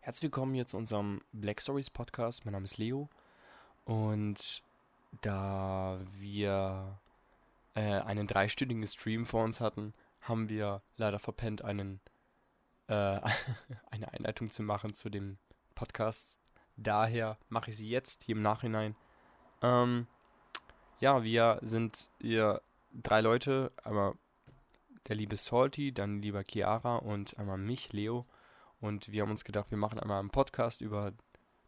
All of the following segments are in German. Herzlich willkommen hier zu unserem Black Stories Podcast. Mein Name ist Leo und da wir äh, einen dreistündigen Stream vor uns hatten, haben wir leider verpennt, einen, äh, eine Einleitung zu machen zu dem Podcast. Daher mache ich sie jetzt hier im Nachhinein. Ähm, ja, wir sind hier drei Leute, einmal der liebe Salty, dann lieber Chiara und einmal mich, Leo. Und wir haben uns gedacht, wir machen einmal einen Podcast über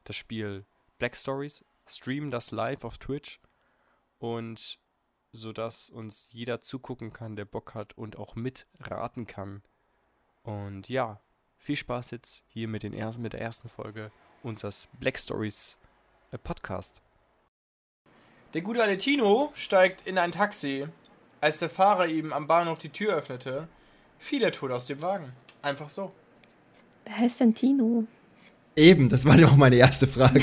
das Spiel Black Stories, streamen das live auf Twitch und so dass uns jeder zugucken kann, der Bock hat und auch mitraten kann. Und ja, viel Spaß jetzt hier mit, den ersten, mit der ersten Folge unseres Black Stories äh, Podcast. Der gute Aletino steigt in ein Taxi. Als der Fahrer ihm am Bahnhof die Tür öffnete, fiel er tot aus dem Wagen. Einfach so. Wer heißt denn Tino? Eben, das war ja auch meine erste Frage.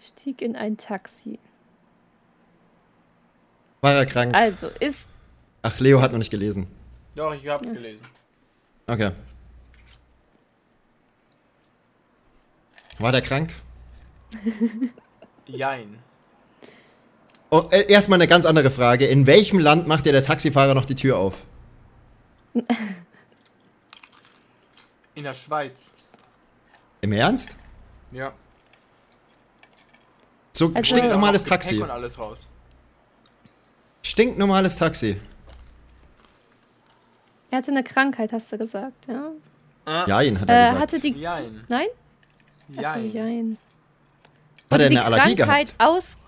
Stieg in ein Taxi. War er krank? Also, ist. Ach, Leo hat noch nicht gelesen. Doch, ich hab gelesen. Okay. War der krank? Jein. Oh, äh, erstmal eine ganz andere Frage. In welchem Land macht dir der Taxifahrer noch die Tür auf? In der Schweiz. Im Ernst? Ja. So Also- stinknormales Gepäck Taxi. Und alles raus. Stinknormales Taxi. Er hatte eine Krankheit, hast du gesagt, ja? Ja, ihn hat er Äh, gesagt. hatte die. Jein. Nein? Achso, Jein. jein. hat er die eine Allergie Krankheit gehabt?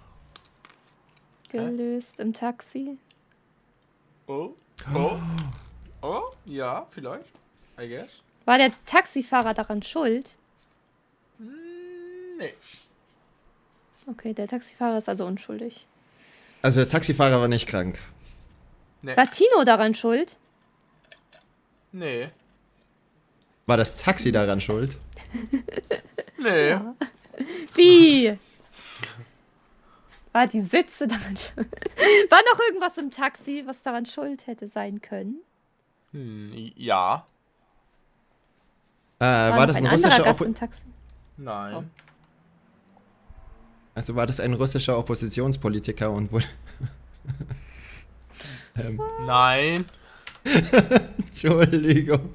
ausgelöst im Taxi. Oh. Oh. Oh. Ja, vielleicht. I guess. War der Taxifahrer daran schuld? Hm, Nee. Okay, der Taxifahrer ist also unschuldig. Also der Taxifahrer war nicht krank. Nee. War Tino daran schuld? Nee. War das Taxi daran schuld? Nee. Wie? War die Sitze daran schuld? War noch irgendwas im Taxi, was daran schuld hätte sein können? Hm, ja. Äh, war, noch das ein, anderer russischer Gast Oppo im Taxi? Nein. also war das ein russischer Oppositionspolitiker und wurde Nein. Entschuldigung.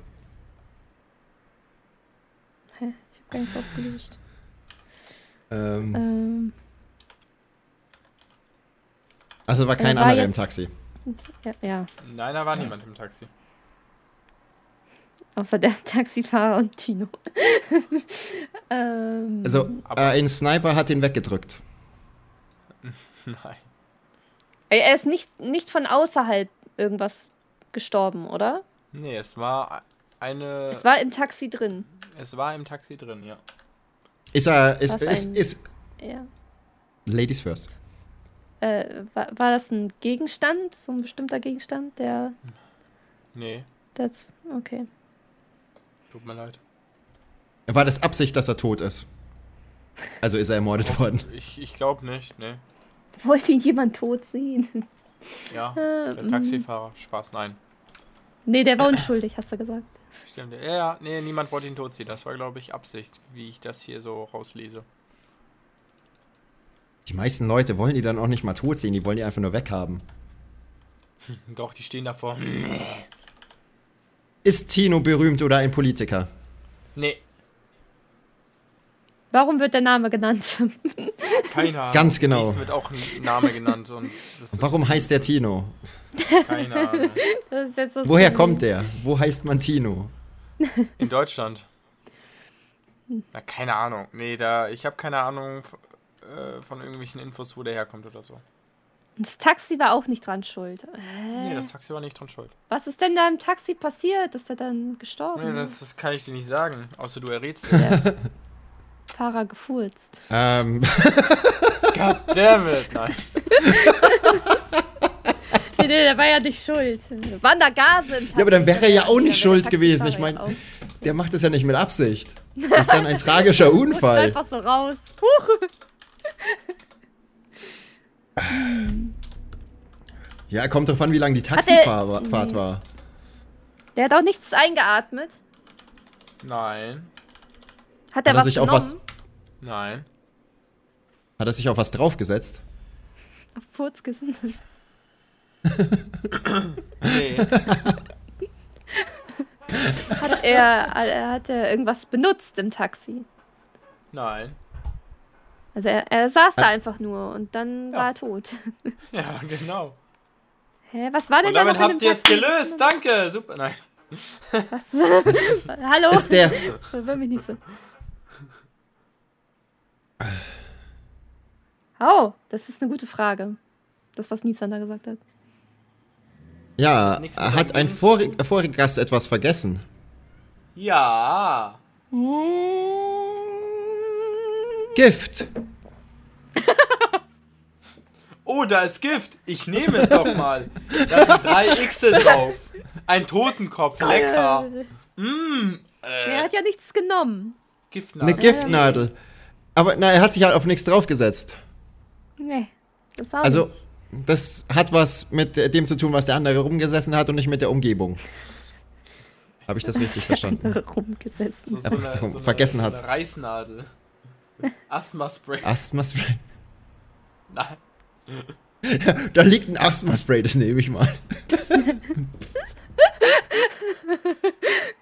Hä? Ich hab gar nichts aufgelöst. Ähm, Ähm, also war kein äh, war anderer im jetzt- Taxi. ja, ja, Nein, da war niemand im Taxi. außer der Taxifahrer und Tino. ähm, Also äh, ein Sniper hat ihn weggedrückt. Nein. ey, er ist nicht, nicht von außerhalb irgendwas gestorben, oder? Nee, es war eine. Es war im Taxi drin. es war im Taxi drin, ja. Ist er, ist, Was ist, ein- ist, Ja. Ladies first. Äh, war, war das ein Gegenstand, so ein bestimmter Gegenstand, der Nee, das okay. tut mir leid. War das Absicht, dass er tot ist? Also ist er ermordet worden. Oh, Ich, ich glaube nicht, nee. Wollte ihn jemand tot sehen? Ähm, Ja, der Taxifahrer. Spaß, nein. Nee, der Äh. war unschuldig, hast du gesagt. Stimmt. Ja, ja, nee, niemand wollte ihn totziehen. Das war, glaube ich, Absicht, wie ich das hier so rauslese. Die meisten Leute wollen die dann auch nicht mal tot sehen, die wollen die einfach nur weghaben. Doch, die stehen davor. Ist Tino berühmt oder ein Politiker? Nee, Warum wird der Name genannt? keine Ahnung. Ganz genau. Dies wird auch ein Name genannt. Und das ist Warum heißt der Tino? Keine Ahnung. Das ist jetzt das Woher Problem. kommt der? Wo heißt man Tino? In Deutschland. Na, keine Ahnung. Nee, da, ich habe keine Ahnung äh, von irgendwelchen Infos, wo der herkommt oder so. Das Taxi war auch nicht dran schuld. Hä? Nee, das Taxi war nicht dran schuld. Was ist denn da im Taxi passiert, dass der dann gestorben Nee, ist? das, das kann ich dir nicht sagen. Außer du errätst es. Fahrer gefurzt. Ähm, God damn it. Nein. Nee, nee, der war ja nicht schuld. Waren da Gase im Taxi? Ja, aber dann wäre er ja auch nicht schuld der gewesen. Ich Taxifahrer mein, ja der macht es ja nicht mit Absicht. Das ist dann ein tragischer auch. Rutscht Unfall. einfach so raus. Huch. Ja, kommt drauf an, wie lang die der- Taxifahrt war- Fahrt war. Der hat auch nichts eingeatmet. Nein. Hat er Hat er was sich auf genommen? was- Nein. Hat er sich auf was draufgesetzt? Auf Furzkissen. Nee. Hat er, er hat er irgendwas benutzt im Taxi. Nein. Also er, er saß da einfach nur und dann Ah. Ja. war er tot. Ja, genau. Hä, was war denn Und da noch damit in dem habt ihr es Taxi? gelöst. Danke. Super. Nein. Was? Hallo? Ist der. Verwirr mich nicht so. Oh, das ist eine gute Frage. Das, was Nissan da gesagt hat. Ja, Nix mit hat deinem ein Dings. vorig, voriger Gast etwas vergessen? Ja. Hm. Gift! Oh, da ist Gift. Ich nehme es doch mal. Da sind drei X drauf. Ein Totenkopf. Lecker. Mm, Er hat ja nichts genommen. Giftnadel. Eine Ah. Giftnadel. Aber na, er hat sich halt auf nichts draufgesetzt. Nee, das auch Also, nicht. das hat was mit äh, dem zu tun, was der andere rumgesessen hat und nicht mit der Umgebung. Habe ich das richtig verstanden? rumgesessen. Aber so vergessen hat. Ah. So eine Reißnadel. Asthma-Spray. Asthma-Spray. Nein. Da liegt ein Asthma-Spray, das nehme ich mal.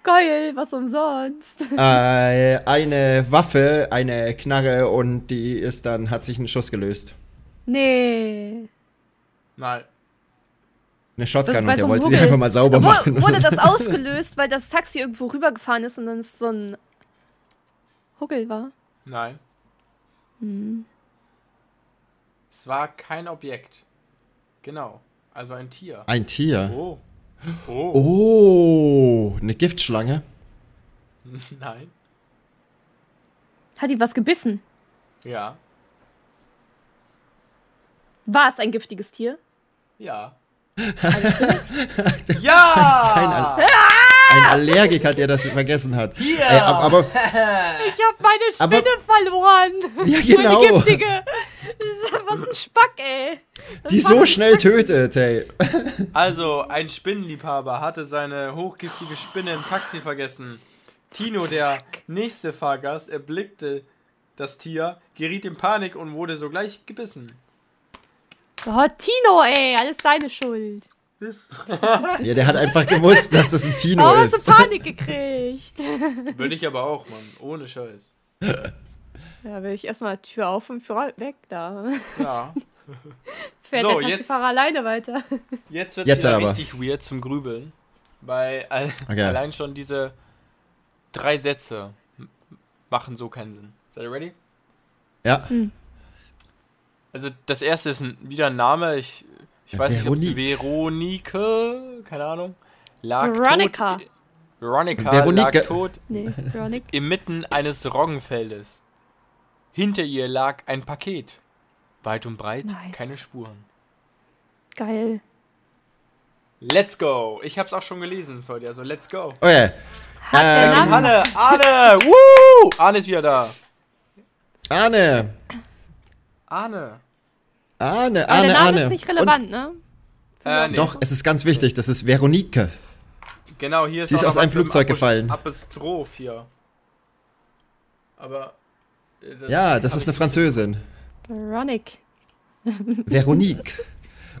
Geil, was umsonst. äh, eine Waffe, eine Knarre und die ist dann, hat sich ein Schuss gelöst. Nee. Nein. Eine Das Shotgun bei und so der einem wollte sie Ruggel. einfach mal sauber Wo, machen. wurde das ausgelöst, weil das Taxi irgendwo rübergefahren ist und dann ist so ein Huckel war? Nein. Es war kein Objekt. Genau. Also ein Tier. Ein Tier. Oh. Oh. Oh, eine Giftschlange. Nein. Hat ihn was gebissen? Ja. War es ein giftiges Tier? Ja. ja! Ein Ah! Allergiker, der das vergessen hat. Ja. Äh, ab- aber Ich habe meine Aber- Spinne verloren. Ja, genau. Meine giftige. Was ein Spack, ey. Das die war ein so schnell Spack. tötet, hey. Also, ein Spinnenliebhaber hatte seine hochgiftige Spinne im Taxi vergessen. Tino, der nächste Fahrgast, erblickte das Tier, geriet in Panik und wurde sogleich gebissen. Oh, Tino, ey. Alles deine Schuld. Ist- Ja, der hat einfach gewusst, dass das ein Tino Oh, hast du ist. Panik gekriegt? Würde ich aber auch, Mann. Ohne Scheiß. Da will ich erstmal Tür auf und Tür weg da. Ja. Fährt So, der Taxifahrer jetzt- alleine weiter. Jetzt wird Jetzt es wieder aber. richtig weird zum Grübeln. Weil all, Okay. allein schon diese drei Sätze m- machen so keinen Sinn. Seid ihr ready? Ja. Also das erste ist ein, wieder ein Name. Ich, ich Ja, weiß nicht, ob es Veronique. Veronike, keine Ahnung. Lag Veronica. Ah, Tot, Veronica Veronique. lag tot Nee, Veronik. inmitten eines Roggenfeldes. Hinter ihr lag ein Paket. Weit und breit Nice. keine Spuren. Geil. Let's go! Ich hab's auch schon gelesen, Soldi, also let's go. Oh ja. Ähm, Name- Arne, Arne, wuhu! Arne ist wieder da. Arne. Arne. Arne, Arne, Ah, ne, Aber der Name Arne. ist nicht relevant, ne? Äh, Und, nee. doch, es ist ganz wichtig, das ist Veronike. Genau, hier ist Sie ist auch noch aus einem was mit dem Flugzeug Apos- gefallen. Apostroph hier. Aber. äh, Das Ja, das hab ist ich- eine Französin. Veronik. Veronique.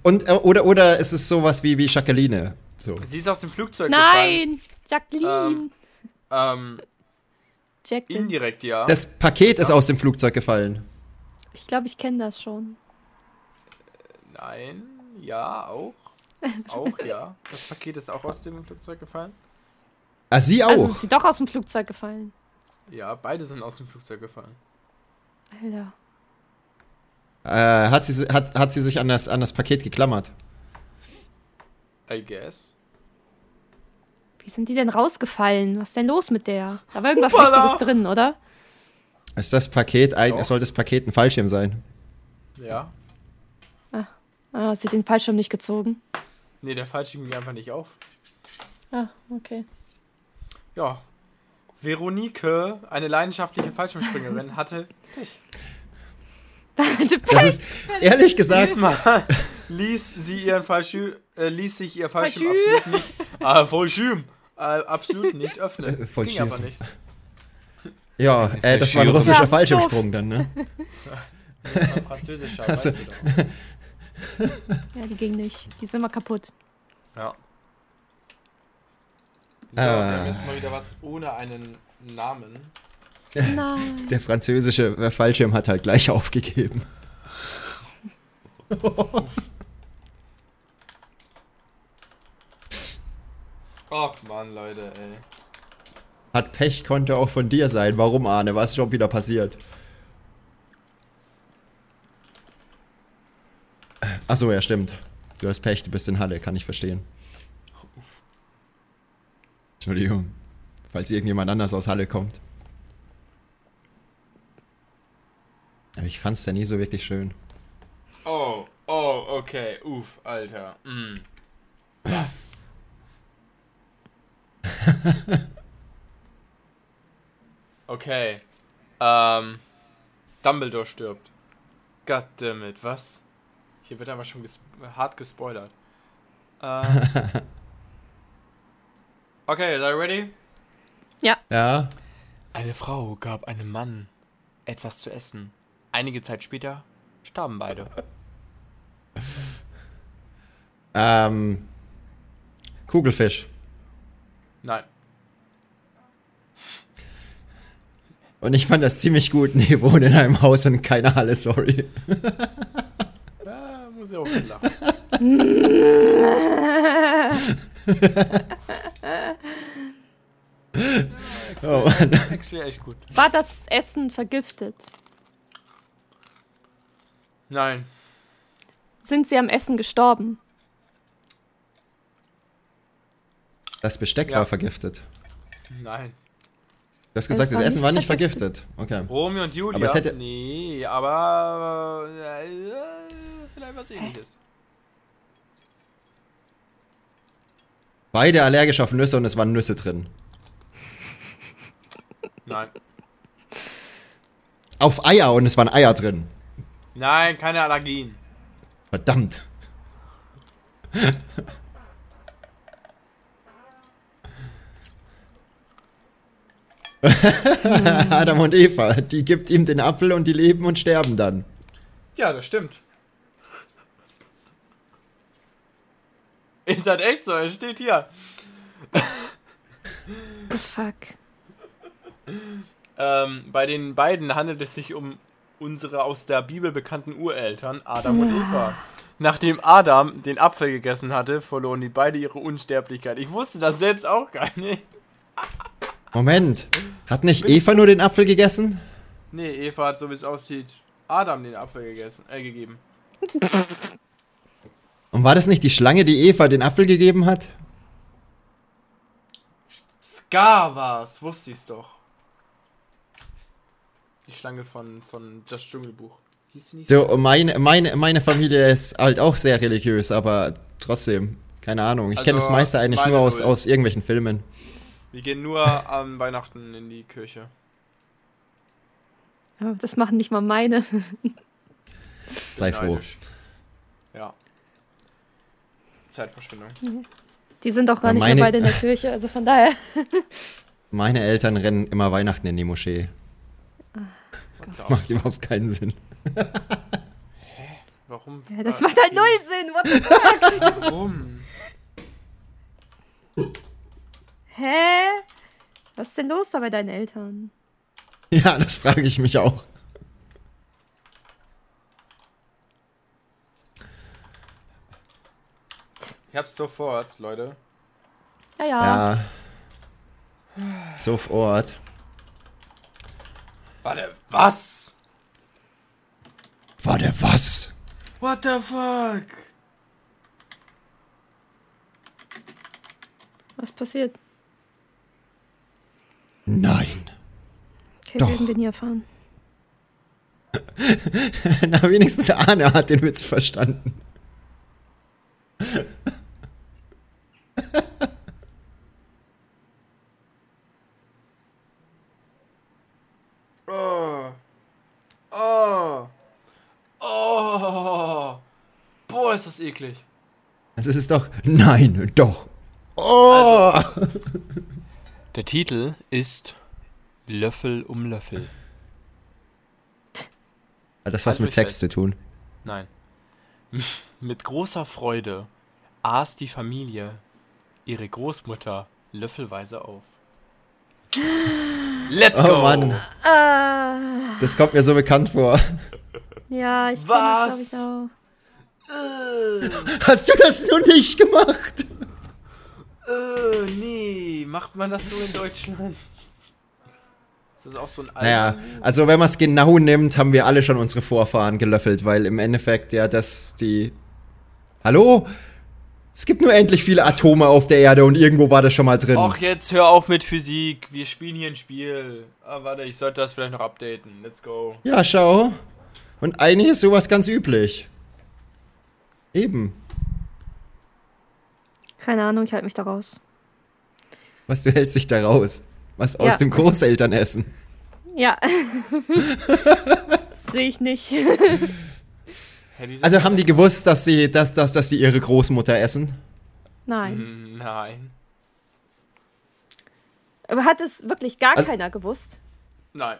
Und, äh, oder, oder ist es sowas wie, wie Jacqueline? So. Sie ist aus dem Flugzeug Nein! Jacqueline! Ähm, gefallen. Ähm, Jacqueline. indirekt, ja. Das Paket ist aus dem Flugzeug gefallen. Ich glaube, ich kenne das schon. Nein, ja, auch. Auch, ja. Das Paket ist auch aus dem Flugzeug gefallen. Ah, sie Oh. auch. Also ist sie doch aus dem Flugzeug gefallen. Ja, beide sind aus dem Flugzeug gefallen. Alter. äh, hat, sie, hat, hat sie sich an das, an das Paket geklammert? I guess. Wie sind die denn rausgefallen? Was ist denn los mit der? Da war irgendwas Hoppala! Wichtiges drin, oder? Ist das Paket ein, Doch. soll das Paket ein Fallschirm sein? Ja. Ah, sie hat den Fallschirm nicht gezogen. Nee, der Fallschirm ging einfach nicht auf. Ah, okay. Ja. Veronike, eine leidenschaftliche Fallschirmspringerin, hatte Das ist, ehrlich gesagt, Diesmal ließ sie ihren Fallschirm, äh, ließ sich ihr Fallschirm Fallschirm. absolut nicht. Ah, Fallschirm! äh, absolut nicht öffnen. Das Voll ging schief. aber nicht. Ja, äh, das war ein Fallschirm. russischer Ja, Fallschirmsprung dann, ne? Das war Französischer, Hast du- weißt du doch. Ja, die ging nicht. Die sind immer kaputt. Ja. So, wir haben jetzt mal wieder was ohne einen Namen. Nein. Der französische Fallschirm hat halt gleich aufgegeben. Ach man, Leute, ey. Hat Pech konnte auch von dir sein. Warum, Arne? Was ist schon wieder passiert? Achso, Äh, ja, stimmt. Du hast Pech, du bist in Halle, kann ich verstehen. Entschuldigung. Falls irgendjemand anders aus Halle kommt. Aber ich fand's ja nie so wirklich schön. Oh, oh, okay. Uff, Alter. Mm. Was? okay. Ähm. Dumbledore stirbt. Goddammit, was? Hier wird aber schon ges hart gespoilert. Ähm. okay, seid ihr ready? Ja? Eine Frau gab einem Mann etwas zu essen. Einige Zeit später starben beide. Ähm. Kugelfisch. Nein. Und ich fand das ziemlich gut. Nee, wohne in einem Haus und keine Halle, sorry. Da muss ich auch schon lachen. Oh Mann. Actually echt gut. War das Essen vergiftet? Nein. Sind sie am Essen gestorben? Das Besteck Ja. war vergiftet. Nein. Du hast Also gesagt, Es das war Essen nicht war nicht vergiftet. Okay. Romeo und Julia. Aber es hätte- nee, aber äh, äh, vielleicht was ähnliches. Beide allergisch auf Nüsse und es waren Nüsse drin. Nein. Auf Eier und es waren Eier drin. Nein, keine Allergien. Verdammt. Adam und Eva, die gibt ihm den Apfel und die leben und sterben dann. Ja, das stimmt. Ihr seid echt so, es steht hier. The Oh, fuck. Ähm, bei den beiden handelt es sich um unsere aus der Bibel bekannten Ureltern, Adam und Eva. Nachdem Adam den Apfel gegessen hatte, verloren die beide ihre Unsterblichkeit. Ich wusste das selbst auch gar nicht. Moment, hat nicht Eva nur den Apfel gegessen? Nee, Eva hat, so wie es aussieht, Adam den Apfel gegessen, äh, gegeben. Und war das nicht die Schlange, die Eva den Apfel gegeben hat? Scar war's, wusste ich's doch. Die Schlange von, von das Dschungelbuch. Hieß sie nicht So, und meine, meine, meine Familie ist halt auch sehr religiös, aber trotzdem, keine Ahnung. Ich kenne Also, das meiste eigentlich meine nur aus, null. aus irgendwelchen Filmen. Wir gehen nur am Weihnachten in die Kirche. Oh, Das machen nicht mal meine. Sei Bin froh. neidisch. Ja. Zeitverschwendung. Oh Die sind doch gar Ja, nicht meine- mehr beide in der Kirche, also von daher. Meine Eltern rennen immer Weihnachten in die Moschee. Das macht überhaupt keinen Sinn. Warum? Ja, das macht halt null Sinn. What the Warum? Hä? Was ist denn los da bei deinen Eltern? Ja, das frage ich mich auch. Ich hab's sofort, Leute. Ja, ja. Ja. Sofort. Warte, was? War der was? What the fuck? Was passiert? Nein. Okay, Doch. werden wir nie erfahren. Na, wenigstens Arne hat den Witz verstanden. Oh. Oh. Oh. Boah, ist das eklig. Das ist doch. Nein, doch. Oh! Also, Der Titel ist Löffel um Löffel. Hat das was Halt mit mich Sex fest. zu tun? Nein. Mit großer Freude aß die Familie ihre Großmutter löffelweise auf. Let's Oh go! Mann, Äh, das kommt mir so bekannt vor. ja, ich Was? glaube ich auch. Hast du das nur nicht gemacht? Äh, nee, macht man das so in Deutschland? Ist das auch so ein Album? Naja, also wenn man es genau nimmt, haben wir alle schon unsere Vorfahren gelöffelt, weil im Endeffekt ja das die. Hallo? Es gibt nur endlich viele Atome auf der Erde und irgendwo war das schon mal drin. Och, jetzt hör auf mit Physik. Wir spielen hier ein Spiel. Ah, warte, ich sollte das vielleicht noch updaten. Let's go. Ja, schau. Und eigentlich ist sowas ganz üblich. Eben. Keine Ahnung, ich halte mich da raus. Was du hältst dich da raus? Was aus Ja. dem Großelternessen? Ja. Sehe ich nicht. Mhm. Hä, diese- Also haben die gewusst, dass die, dass, dass, dass die ihre Großmutter essen? Nein. Hm, Nein. Aber hat es wirklich gar Also- keiner gewusst? Nein.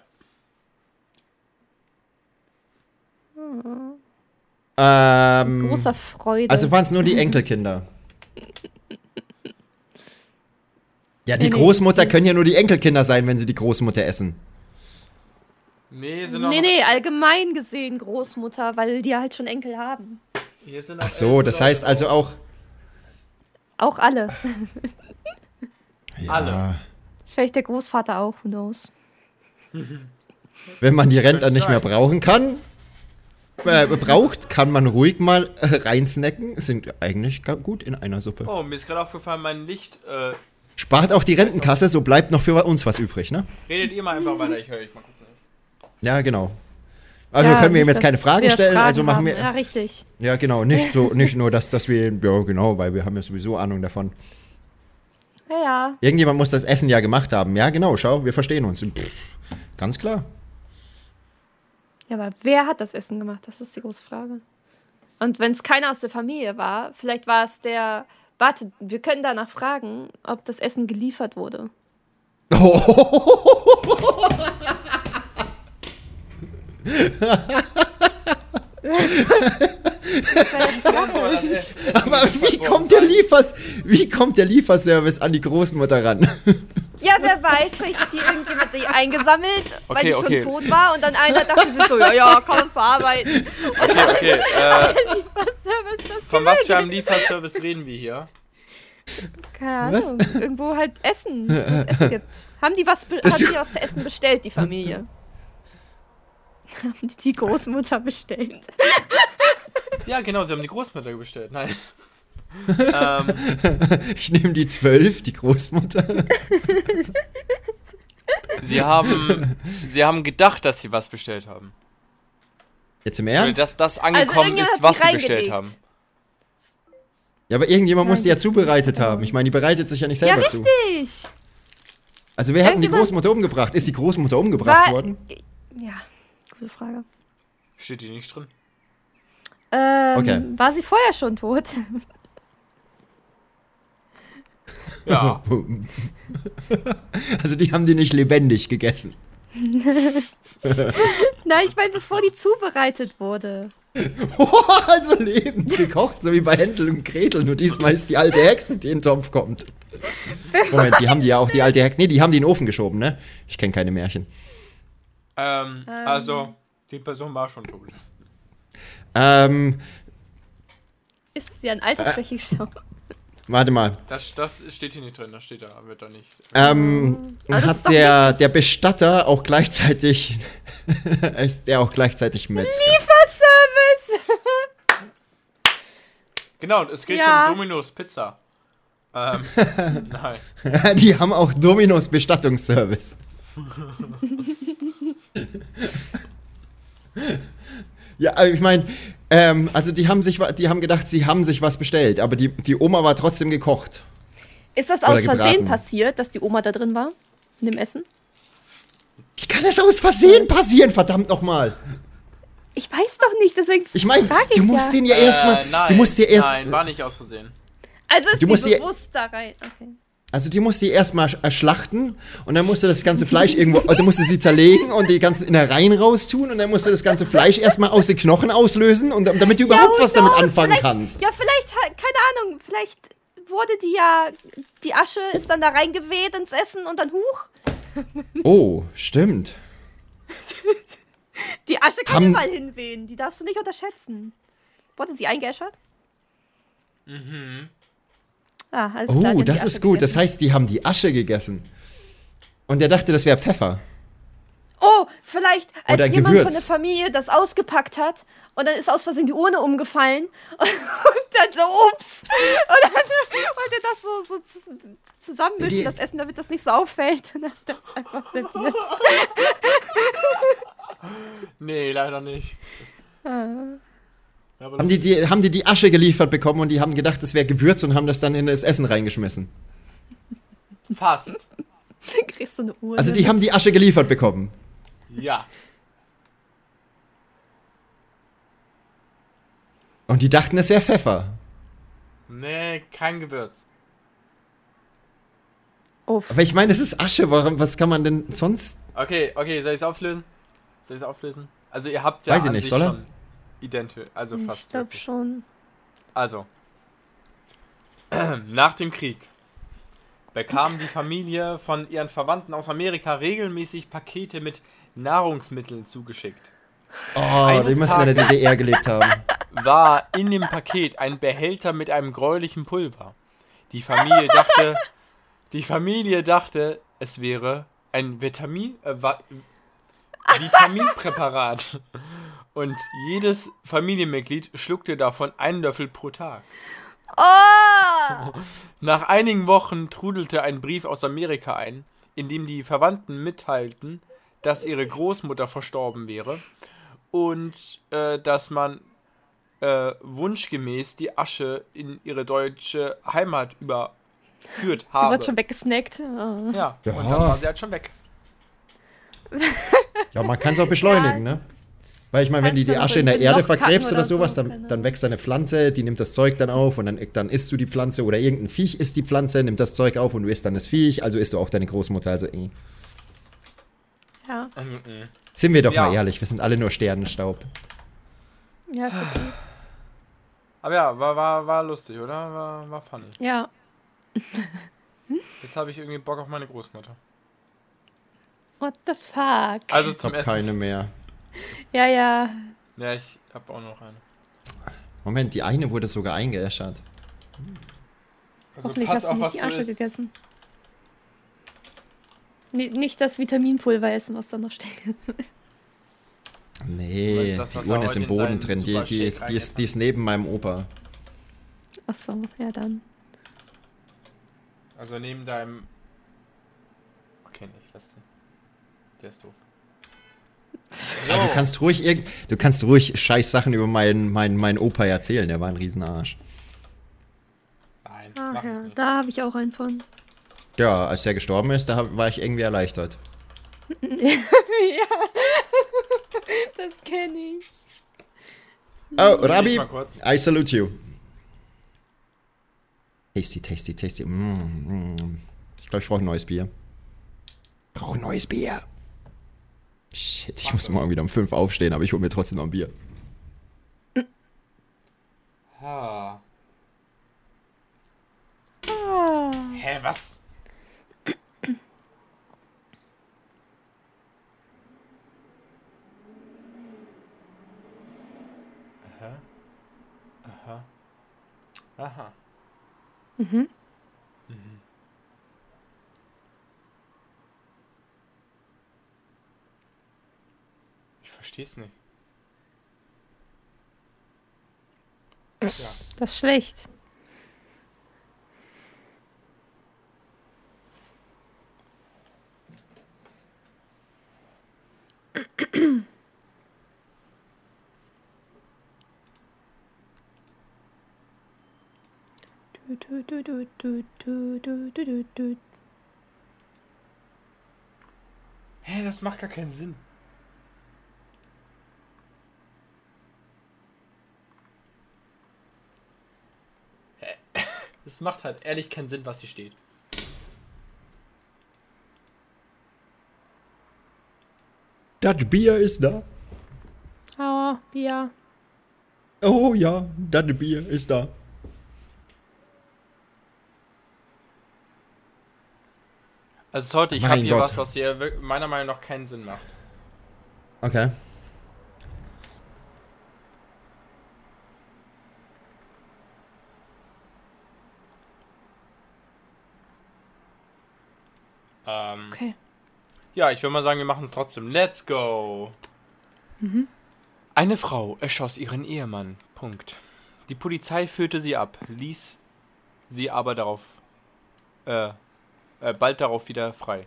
Ähm, Großer Freude. also waren es nur die Enkelkinder. Ja, die Nee, nee, Großmutter die- können ja nur die Enkelkinder sein, wenn sie die Großmutter essen. Nee, sind noch. nee, nee, allgemein gesehen Großmutter, weil die halt schon Enkel haben. Hier sind noch Ach so, elf das Leute heißt also drauf. auch. Auch alle. Ja, Alle. Vielleicht der Großvater auch, who knows. Wenn man die Rentner Könnte nicht mehr sein. brauchen kann, äh, braucht, kann man ruhig mal äh, reinsnacken. Sind eigentlich ga- gut in einer Suppe. Oh, mir ist gerade aufgefallen, mein Licht. Äh, Spart auch die Rentenkasse, so bleibt noch für uns was übrig, ne? redet ihr mal einfach weiter. Ich höre euch mal kurz nicht. Ja, genau. Also Ja, können wir ihm nicht, jetzt keine dass Fragen wir stellen, Fragen also machen haben. wir. Ja, richtig. Ja, genau, nicht so, nicht nur, dass, dass wir, ja genau, weil wir haben ja sowieso Ahnung davon. Ja, ja. Irgendjemand muss das Essen ja gemacht haben. Ja, genau, schau, wir verstehen uns. Pff, Ganz klar. Ja, aber wer hat das Essen gemacht? Das ist die große Frage. Und wenn es keiner aus der Familie war, vielleicht war es der. Warte, wir können danach fragen, ob das Essen geliefert wurde. Aber das Essen- Essen Aber muss wie verborgen kommt der sein. Liefers, wie kommt der Lieferservice an die Großmutter ran? Ja, wer weiß, vielleicht hat die irgendjemand die eingesammelt, weil Okay, die schon okay. tot war und dann einer dachte sich so, ja, ja, komm, verarbeiten. Okay, okay. Äh, Was ist das? von was für einem Lieferservice reden wir hier? Keine Was? Ahnung. Irgendwo halt Essen, wo es Essen gibt. Haben die was, be- Das- haben die was zu essen bestellt, die Familie? Haben die die Großmutter bestellt? Ja, genau, sie haben die Großmutter bestellt. Nein. ähm, Ich nehme die zwölf, die Großmutter. sie haben. Sie haben gedacht, dass sie was bestellt haben. Jetzt im Weil Ernst? Dass das angekommen irgendjemand hat ist, sie was sie reingelegt. bestellt haben. Ja, aber irgendjemand muss die ja zubereitet haben. Ich meine, die bereitet sich ja nicht Ja, selber zu. richtig. Also wer hat denn die Irgendjemand- Großmutter umgebracht? Ist die Großmutter umgebracht War- worden? Ja, gute Frage. Steht die nicht drin? Ähm, Okay. War sie vorher schon tot? Mhm. Ja. Also die haben die nicht lebendig gegessen. Nein, ich meine, bevor die zubereitet wurde. also lebend gekocht, so wie bei Hänsel und Gretel. Nur diesmal ist die alte Hexe, die in den Topf kommt. Moment, die haben die ja auch die alte Hexe. Nee, die haben die in den Ofen geschoben, ne? Ich kenne keine Märchen. Ähm, also, die Person war schon tot. Ähm, Ist sie an Äh. Altersschwäche gestorben? warte mal. Das, das steht hier nicht drin, das steht da, wird da nicht. Ähm, Oh, das ist hat doch der, der Bestatter auch gleichzeitig. ist der auch gleichzeitig Metzger? Lieferservice! Genau, es geht Ja. um Dominos Pizza. Ähm, nein. Die haben auch Dominos Bestattungsservice. ja, aber ich meine, ähm, also die haben sich, wa- die haben gedacht, sie haben sich was bestellt, aber die, die Oma war trotzdem gekocht. Ist das Oder aus Versehen gebraten. passiert, dass die Oma da drin war? In dem Essen? Wie kann das aus Versehen passieren, verdammt nochmal? Ich weiß doch nicht, deswegen Ich meine, frag du musst ja. den ja erstmal, äh, nein, du musst dir erst, Nein, war nicht aus Versehen. Also ist Du musst die die- bewusst da rein. Okay. Also die musst du erstmal sch- erschlachten und dann musst du das ganze Fleisch irgendwo, dann musst du sie zerlegen und die ganzen Innereien raustun und dann musst du das ganze Fleisch erstmal aus den Knochen auslösen und dam- damit du überhaupt Ja, who was damit knows? anfangen vielleicht, kannst. Ja, vielleicht, ha- keine Ahnung, vielleicht wurde die ja, die Asche ist dann da reingeweht ins Essen und dann huch, Oh, stimmt. die Asche kann Haben- überall hinwehen, die darfst du nicht unterschätzen. Wurde sie eingeäschert? Mhm. Ah, alles klar. die Oh, haben die das Asche ist gut. Das gegessen. heißt, die haben die Asche gegessen. Und er dachte, das wäre Pfeffer. Oh, vielleicht als Oder ein jemand von Gewürz. der Familie das ausgepackt hat und dann ist aus Versehen die Urne umgefallen und, dann so, ups. Und dann wollte er das so, so zu- zusammenmischen, Die- das Essen, damit das nicht so auffällt. Und dann hat das einfach serviert. Nee, leider nicht. Aber Haben die, die, haben die die Asche geliefert bekommen und die haben gedacht, das wäre Gewürz und haben das dann in das Essen reingeschmissen. fast. Dann kriegst du eine Urne. Also die haben die Asche geliefert bekommen. Ja. Und die dachten, es wäre Pfeffer. Nee, kein Gewürz. Aber ich meine, es ist Asche. Warum, was kann man denn sonst? Okay, okay, soll ich es auflösen? Soll ich es auflösen? Also ihr habt ja Weiß ich an nicht, sich soll er? schon identisch, also ich fast. glaube wirklich. schon. Also, nach dem Krieg bekam die Familie von ihren Verwandten aus Amerika regelmäßig Pakete mit Nahrungsmitteln zugeschickt. Oh, die Eines müssen in der Tages. DDR gelebt haben. War in dem Paket ein Behälter mit einem gräulichen Pulver. Die Familie dachte, die Familie dachte, es wäre ein Vitamin, äh, Va- Vitaminpräparat. Und jedes Familienmitglied schluckte davon einen Löffel pro Tag. Oh! Nach einigen Wochen trudelte ein Brief aus Amerika ein, in dem die Verwandten mitteilten, dass ihre Großmutter verstorben wäre und äh, dass man äh, wunschgemäß die Asche in ihre deutsche Heimat überführt Sie habe. wird schon weggesnackt. Oh. ja, Ja. und dann war sie halt schon weg. Ja, man kann es auch beschleunigen, ne? Weil ich meine, wenn Kannst die du die noch Asche in in der ein Erde Loch vergräbst packen oder oder so, sowas, keine dann, Ahnung. dann wächst eine Pflanze, die nimmt das Zeug dann auf und dann, dann isst du die Pflanze oder irgendein Viech isst die Pflanze, nimmt das Zeug auf und du isst dann das Viech, also isst du auch deine Großmutter, also eh. Ja, Sind wir doch Ja. mal ehrlich, wir sind alle nur Sternenstaub. ja, ist okay. Aber ja, war, war, war lustig, oder? War, war funny. ja. Jetzt habe ich irgendwie Bock auf meine Großmutter. What the fuck? Also Ich zum hab Essen. keine mehr. Ja, ja. Ja, ich habe auch noch eine. Moment, die eine wurde sogar eingeäschert. Also Hoffentlich pass hast du auf, nicht was die du Asche isst. gegessen. Ni- Nicht das Vitaminpulver essen, was da noch steht. Du Nee, meinst das, was die er Urne ist heute im in Boden seinen drin, die, Supershake die, ist, die, ist, die ist neben meinem Opa. Ach so, ja dann. Also neben deinem. Okay, nee, ich lass den. Der ist doof. Aber du kannst ruhig irgend, du kannst ruhig scheiß Sachen über meinen, meinen, meinen Opa erzählen, der war ein Riesenarsch. Nein, Ah, mach ja, ich nicht. da habe ich auch einen von. Ja, als der gestorben ist, da hab- war ich irgendwie erleichtert. Das kenne ich. Oh, Hm, Ich Rabi, mal kurz. I salute you. Tasty, tasty, tasty. Mm, mm. Ich glaube, ich brauche ein neues Bier. Brauche ein neues Bier. Shit, ich muss morgen wieder um 5 aufstehen, aber ich hole mir trotzdem noch ein Bier. Ah. Ah. Hä, was? Aha. Aha. Aha. Mhm. Mhm. Ich versteh's nicht. Ja. Das ist schlecht. Du, du, du, du, du, du, du, du, du. Hä, das macht gar keinen Sinn. Hä? Das Es macht halt ehrlich keinen Sinn, was hier steht. Das Bier ist da. Oh, Bia. Oh ja, das Bier ist da. Also sorry, ich Mein habe hier Gott. was, was hier wirk- meiner Meinung nach keinen Sinn macht. Okay. Ähm, Okay. Ja, ich würde mal sagen, wir machen es trotzdem. Let's go. Eine Frau erschoss ihren Ehemann. Punkt. Die Polizei führte sie ab, ließ sie aber darauf äh, äh, bald darauf wieder frei.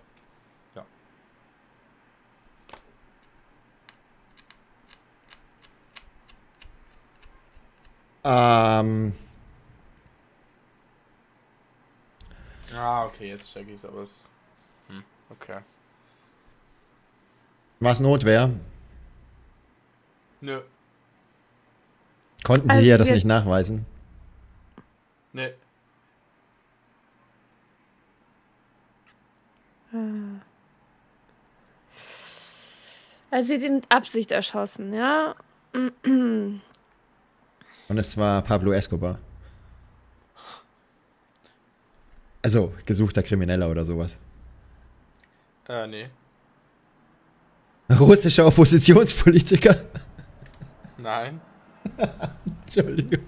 Ähm, Ah, okay, jetzt check ich's, aber es. Hm, okay. was Notwehr? Nö, Konnten Also sie ja das wir- nicht nachweisen. nö. Also sie hat ihn mit Absicht erschossen, ja? Und es war Pablo Escobar. Also, gesuchter Krimineller oder sowas. Äh, nee. Russischer Oppositionspolitiker. Nein. Entschuldigung.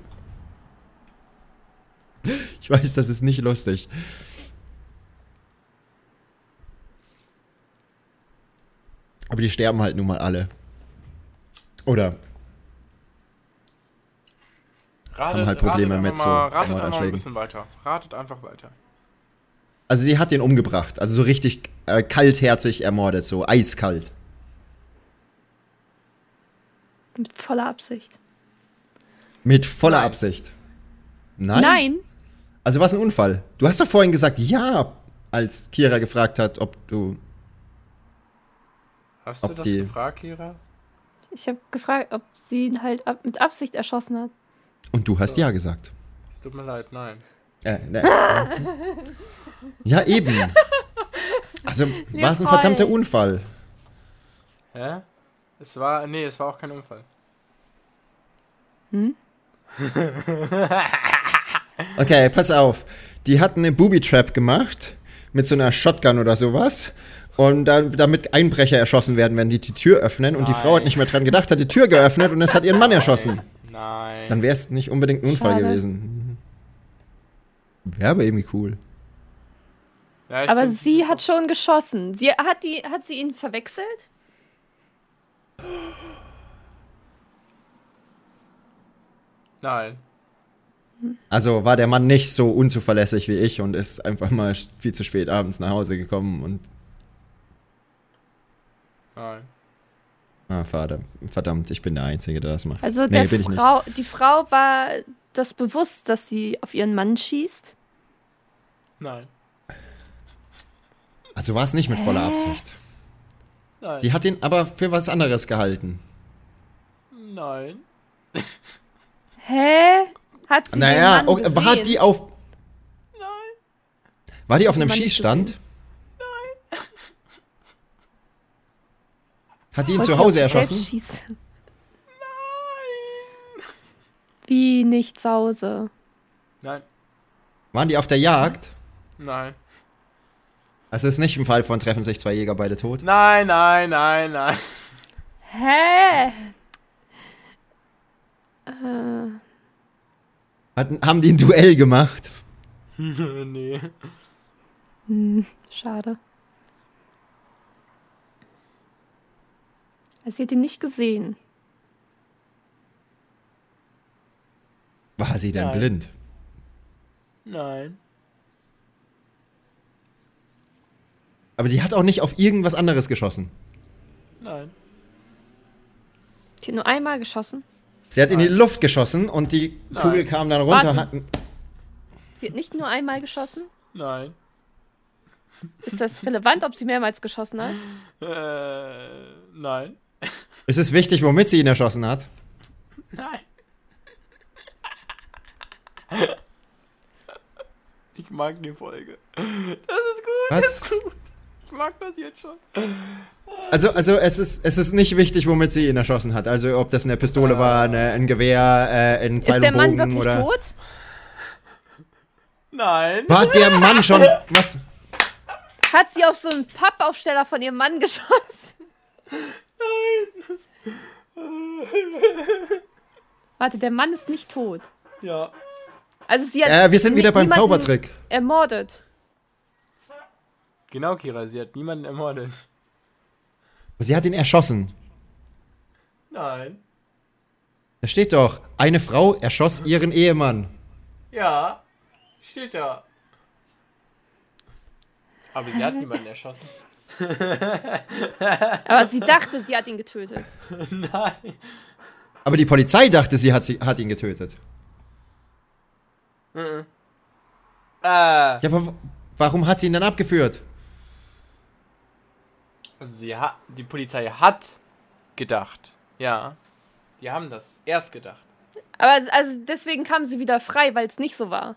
Ich weiß, das ist nicht lustig. Aber die sterben halt nun mal alle. Oder? Ratet, halt Probleme ratet mit einfach so mal, ratet einfach mal ein Mordanschlägen. bisschen weiter. Ratet einfach weiter. Also sie hat den umgebracht. Also so richtig äh, kaltherzig ermordet, so eiskalt. Mit voller Absicht. Mit voller Nein. Absicht. Nein? Nein? Also war es ein Unfall. Du hast doch vorhin gesagt, ja, als Kira gefragt hat, ob du... Hast du Ob das die- gefragt, Kira? Ich habe gefragt, ob sie ihn halt ab mit Absicht erschossen hat. Und du hast ja gesagt. Es tut mir leid, nein. Äh, ne. ja, eben. Also war es ein Leopold. verdammter Unfall. Hä? Es war. Nee, es war auch kein Unfall. Okay, pass auf. Die hatten eine Booby-Trap gemacht mit so einer Shotgun oder sowas. Und dann, damit Einbrecher erschossen werden, wenn die die Tür öffnen. Und die Frau hat Nein. nicht mehr dran gedacht, hat die Tür geöffnet und es hat ihren Mann erschossen. Nein. Dann wäre es nicht unbedingt ein Unfall Schade. gewesen. Wäre aber irgendwie cool. Ja, ich Aber find, sie dieses hat schon geschossen. Sie hat die, hat sie ihn verwechselt? Nein. Also war der Mann nicht so unzuverlässig wie ich und ist einfach mal viel zu spät abends nach Hause gekommen und Nein. Ah, Vater. Verdammt, ich bin der Einzige, der das macht. Also nee, der bin ich nicht. Frau, die Frau war das bewusst, dass sie auf ihren Mann schießt. Nein. Also war es nicht mit voller Absicht. Nein. Die hat ihn aber für was anderes gehalten. Nein. Hä? Hat sie naja, den Mann okay, gesehen? war die auf. War die auf einem Mann nicht Schießstand? Hat die ihn Wollte sie zu Hause auf sich selbst erschossen? schießen? Nein. Wie nicht zu Hause? Nein. Waren die auf der Jagd? Nein. Also ist nicht im Fall von treffen sich zwei Jäger beide tot. Nein, nein, nein, nein. Hä? Hatten, haben die ein Duell gemacht? nee. Schade. Also Sie hat ihn nicht gesehen. War sie denn Nein. blind? Nein. Aber die hat auch nicht auf irgendwas anderes geschossen. Nein. Die hat nur einmal geschossen. Sie hat in die Luft geschossen und die Nein. Kugel kam dann runter. Warte. Hat, Sie hat nicht nur einmal geschossen. Nein. Ist das relevant, ob sie mehrmals geschossen hat? Äh, nein. Es ist wichtig, womit sie ihn erschossen hat. Nein. mag die Folge. Das ist gut. Was? Ich mag das jetzt schon. Also, also es, ist, es ist nicht wichtig, womit sie ihn erschossen hat. Also ob das eine Pistole war, eine, ein Gewehr, äh, ein Pfeil Ist der und Mann Bogen wirklich oder tot? Nein. War der Mann schon... Was? Hat sie auf so einen Pappaufsteller von ihrem Mann geschossen? Warte, der Mann ist nicht tot. Ja. Also sie hat Äh, wir sind wieder nie- beim niemanden Zaubertrick. ermordet. Genau, Kira, sie hat niemanden ermordet. Sie hat ihn erschossen. Nein. Da steht doch, eine Frau erschoss ihren Ehemann. Ja. Steht da. Aber sie hat niemanden erschossen. Aber sie dachte, sie hat ihn getötet. Nein. Aber die Polizei dachte, sie hat, sie, hat ihn getötet. Äh. Ja, aber w- warum hat sie ihn dann abgeführt? Also sie hat, die Polizei hat gedacht. Ja. Die haben das erst gedacht. Aber es- also deswegen kam sie wieder frei, weil es nicht so war.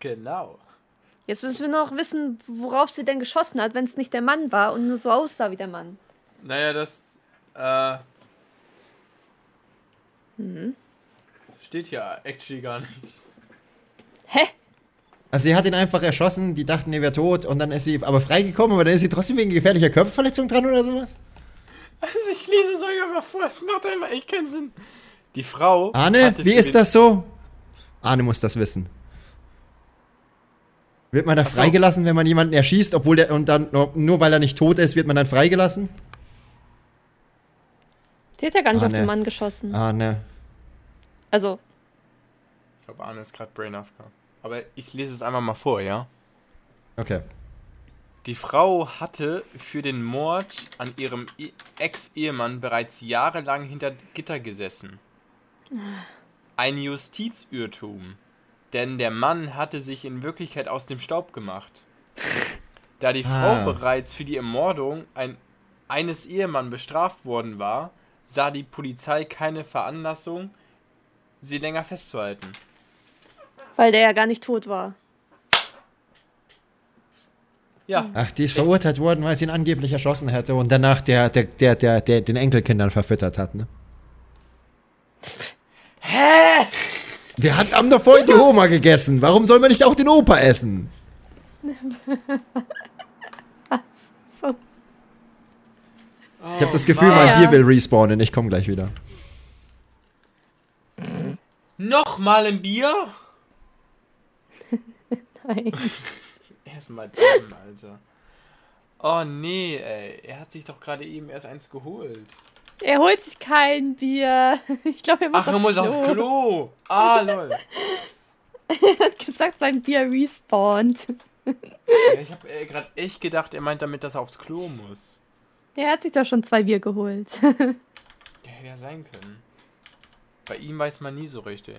Genau. Jetzt müssen wir noch wissen, worauf sie denn geschossen hat, wenn es nicht der Mann war und nur so aussah wie der Mann. Naja, das äh, steht hier actually gar nicht. Also sie hat ihn einfach erschossen, die dachten, er wäre tot und dann ist sie aber freigekommen, aber dann ist sie trotzdem wegen gefährlicher Körperverletzung dran oder sowas? Also ich lese es euch einfach vor, es macht einfach echt keinen Sinn. Die Frau. Arne, hatte wie für ist den- das so? Arne muss das wissen. Wird man da so. freigelassen, wenn man jemanden erschießt, obwohl der und dann nur- nur weil er nicht tot ist, wird man dann freigelassen? Sie hat ja gar nicht Ah, auf nee. den Mann Mhm. geschossen. Arne. Also, Ich glaube, Arne ist gerade Brain AFK. Aber ich lese es einfach mal vor, ja? Okay. Die Frau hatte für den Mord an ihrem I- Ex-Ehemann bereits jahrelang hinter Gitter gesessen. Ein Justizirrtum, denn der Mann hatte sich in Wirklichkeit aus dem Staub gemacht. Da die Ah. Frau bereits für die Ermordung ein, eines Ehemann bestraft worden war, sah die Polizei keine Veranlassung, sie länger festzuhalten. Weil der ja gar nicht tot war. Ja, Ach, die ist verurteilt worden, weil sie ihn angeblich erschossen hätte und danach der, der, der, der, der den Enkelkindern verfüttert hat, ne? Hä? Wir hatten- haben doch vorhin die Oma gegessen. Warum soll man nicht auch den Opa essen? Ich habe das Gefühl, mein Mann. Bier will respawnen. Ich komme gleich wieder. nochmal ein Bier? nein. Erstmal dumm, Alter. Oh nee, ey. Er hat sich doch gerade eben erst eins geholt. er holt sich kein Bier. Ich glaube, er muss, Ach, er muss aufs Klo. Ah, lol. Er hat gesagt, sein Bier respawnt. Ja, ich habe äh, gerade echt gedacht, er meint damit, dass er aufs Klo muss. Er hat sich doch schon zwei Bier geholt. Der hätte ja sein können. Bei ihm weiß man nie so richtig.